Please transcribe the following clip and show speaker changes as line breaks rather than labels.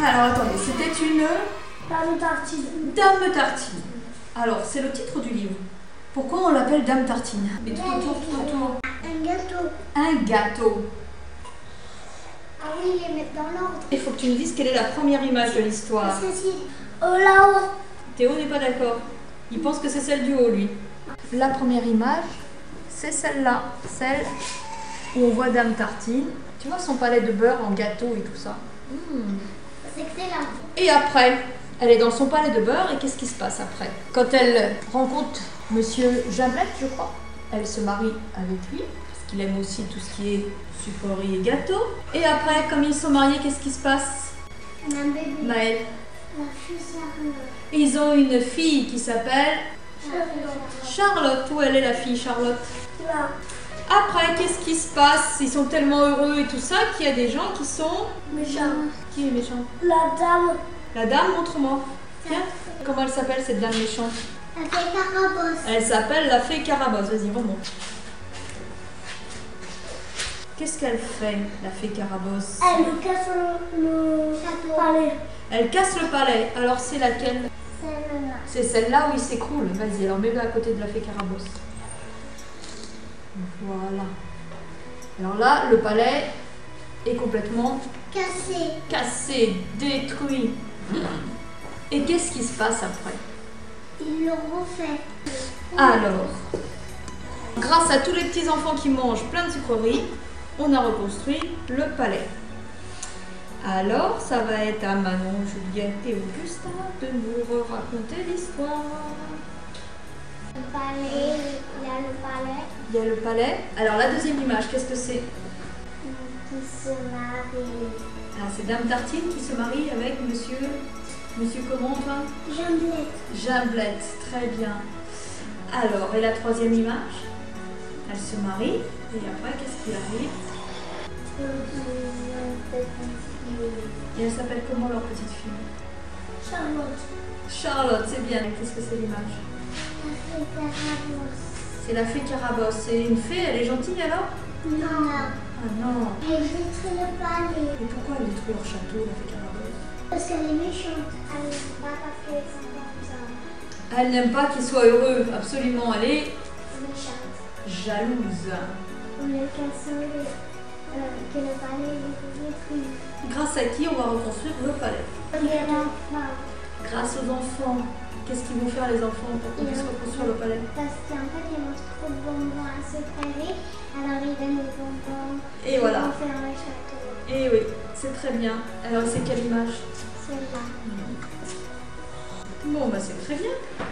Ah, Alors attendez, c'était une
Pardon, tartine.
Dame Tartine. Alors, c'est le titre du livre. Pourquoi on l'appelle Dame Tartine Mais tout autour, tout autour.
Un gâteau.
Un gâteau.
Ah oui, les mettre dans l'ordre.
Il faut que tu me dises quelle est la première image de l'histoire.
Ceci. Oh là-haut.
Théo n'est pas d'accord. Il pense que c'est celle du haut, lui. La première image, c'est celle-là. Celle où on voit Dame Tartine. Tu vois son palais de beurre en gâteau et tout ça. Hmm.
C'est excellent.
Et après, elle est dans son palais de beurre et qu'est-ce qui se passe après Quand elle rencontre Monsieur Jamel, je crois, elle se marie avec lui parce qu'il aime aussi tout ce qui est sucrerie et gâteau. Et après, comme ils sont mariés, qu'est-ce qui se passe
On a un bébé.
Maëlle
La fusion.
Ils ont une fille qui s'appelle Charlotte. Où elle est la fille Charlotte
Là.
Après, qu'est-ce qui se passe Ils sont tellement heureux et tout ça qu'il y a des gens qui sont
Méchant.
qui est méchant.
La dame.
La dame montre-moi. Tiens, comment elle s'appelle cette dame méchante
Elle fait carabosse.
Elle s'appelle la fée Carabosse. Vas-y, remonte. Qu'est-ce qu'elle fait, la fée Carabosse
Elle casse le palais.
Elle casse le palais. Alors c'est laquelle
Celle-là.
C'est celle-là où il s'écroule. Vas-y, alors mets-le à côté de la fée Carabosse. Voilà. Alors là, le palais est complètement
Cassée.
cassé, détruit. Et qu'est-ce qui se passe après
Il le refait. Ah,
Alors, grâce à tous les petits enfants qui mangent plein de sucreries, on a reconstruit le palais. Alors, ça va être à Manon, Juliette et Augustin de nous raconter l'histoire.
Le palais. Il a le palais
Il y a le palais. Alors, la deuxième image, qu'est-ce que c'est
qui se marie.
Ah, C'est Dame Tartine qui se marie avec Monsieur. Monsieur comment, toi
J'aime
Jamblette, très bien. Alors, et la troisième image Elle se marie, et après, qu'est-ce qui arrive Et elle s'appelle comment leur petite fille
Charlotte.
Charlotte, c'est bien. Qu'est-ce que c'est l'image C'est la fée Carabosse. C'est une fée, elle est gentille alors
Non.
Ah non.
Elle détruit le palais.
Mais pourquoi elle détruit leur château, la fée Carabosse
Parce qu'elle est méchante. Elle ne pas parce qu'elle est comme ça.
Elle n'aime pas qu'ils soient heureux, absolument. Elle est
Elle est méchante.
jalouse.
On le casse le- euh, que le palais est détruit.
Grâce à qui on va reconstruire le palais
Il y a l'enfant.
Grâce aux enfants. Qu'est-ce qu'ils vont faire les enfants pour qu'on puisse reconstruire le palais
Parce qu'en fait, ils mangent trop de bonbons à ce palais. Alors, ils donnent des bonbons.
Et voilà.
Pour faire le château.
Eh oui, c'est très bien. Alors c'est quelle image
Celle-là.
Bon bah c'est très bien.